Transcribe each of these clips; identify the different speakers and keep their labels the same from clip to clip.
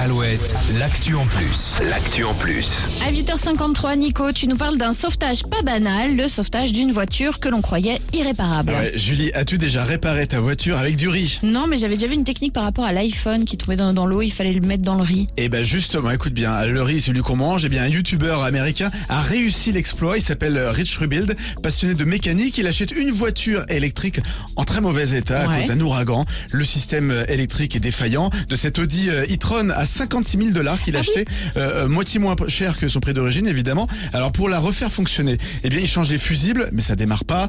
Speaker 1: Alouette, l'actu en plus.
Speaker 2: L'actu en plus.
Speaker 3: À 8h53, Nico, tu nous parles d'un sauvetage pas banal, le sauvetage d'une voiture que l'on croyait irréparable.
Speaker 4: Ah ouais, Julie, as-tu déjà réparé ta voiture avec du riz
Speaker 3: Non, mais j'avais déjà vu une technique par rapport à l'iPhone qui tombait dans, dans l'eau, il fallait le mettre dans le riz.
Speaker 4: Eh ben justement, écoute bien, le riz, celui qu'on mange, eh bien un youtubeur américain a réussi l'exploit, il s'appelle euh, Rich Rubild, passionné de mécanique, il achète une voiture électrique en très mauvais état à
Speaker 3: Ouais.
Speaker 4: cause d'un ouragan, le système euh, électrique est défaillant, de cette Audi euh, e-tron à 56 000 dollars qu'il a
Speaker 3: Ah oui.
Speaker 4: acheté, euh, euh, moitié moins cher que son prix d'origine évidemment, alors pour la refaire fonctionner, eh bien il change les fusibles, mais ça démarre pas,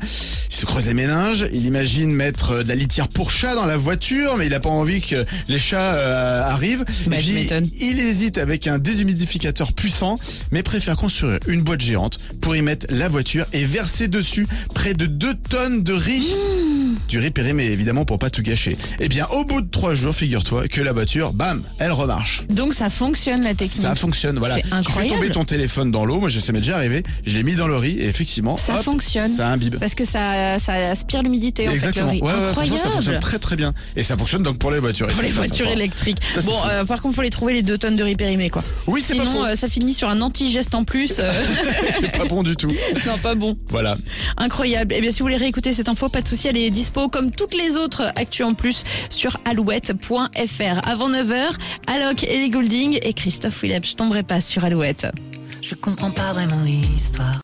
Speaker 4: il se creuse les méninges, il imagine mettre euh, de la litière pour chat dans la voiture, mais il a pas envie que les chats euh, arrivent,
Speaker 3: Bah,
Speaker 4: et
Speaker 3: tu
Speaker 4: puis,
Speaker 3: m'étonnes.
Speaker 4: il hésite avec un déshumidificateur puissant, mais préfère construire une boîte géante pour y mettre la voiture et verser dessus près de 2 tonnes de riz.
Speaker 3: Mmh.
Speaker 4: Du riz péré, mais évidemment pour pas tout gâcher. Eh bien, au bout de 3 jours, figure-toi que la voiture, bam, elle remarche.
Speaker 3: Donc ça fonctionne la technique.
Speaker 4: Ça fonctionne, voilà.
Speaker 3: C'est
Speaker 4: Tu fais
Speaker 3: incroyable.
Speaker 4: tomber ton téléphone dans l'eau, moi je sais m'est déjà arrivé, je l'ai mis dans le riz et effectivement,
Speaker 3: Ça
Speaker 4: hop,
Speaker 3: fonctionne.
Speaker 4: ça imbibe.
Speaker 3: Parce que ça, ça aspire l'humidité en fait. le
Speaker 4: Exactement.
Speaker 3: riz.
Speaker 4: Ouais, ouais, franchement,
Speaker 3: Incroyable.
Speaker 4: ça fonctionne très très bien. Et ça fonctionne donc pour les voitures. Et
Speaker 3: pour
Speaker 4: ça,
Speaker 3: les
Speaker 4: c'est
Speaker 3: voitures
Speaker 4: sympa.
Speaker 3: électriques.
Speaker 4: Ça, c'est
Speaker 3: bon,
Speaker 4: fou.
Speaker 3: euh, par contre, faut les trouver les deux tonnes de riz périmé, quoi.
Speaker 4: Oui, c'est pas
Speaker 3: Sinon,
Speaker 4: faux.
Speaker 3: euh, ça finit sur un anti-geste en plus. euh,
Speaker 4: C'est pas bon du tout.
Speaker 3: non, pas bon.
Speaker 4: Voilà.
Speaker 3: Incroyable. Et bien, si vous voulez réécouter cette info, pas de souci, elle est dispo comme toutes les autres actus en plus sur alouette.fr. Avant 9h, Alok, Ellie Goulding et Christophe Willem. Je tomberai pas sur Alouette.
Speaker 5: Je comprends pas vraiment l'histoire.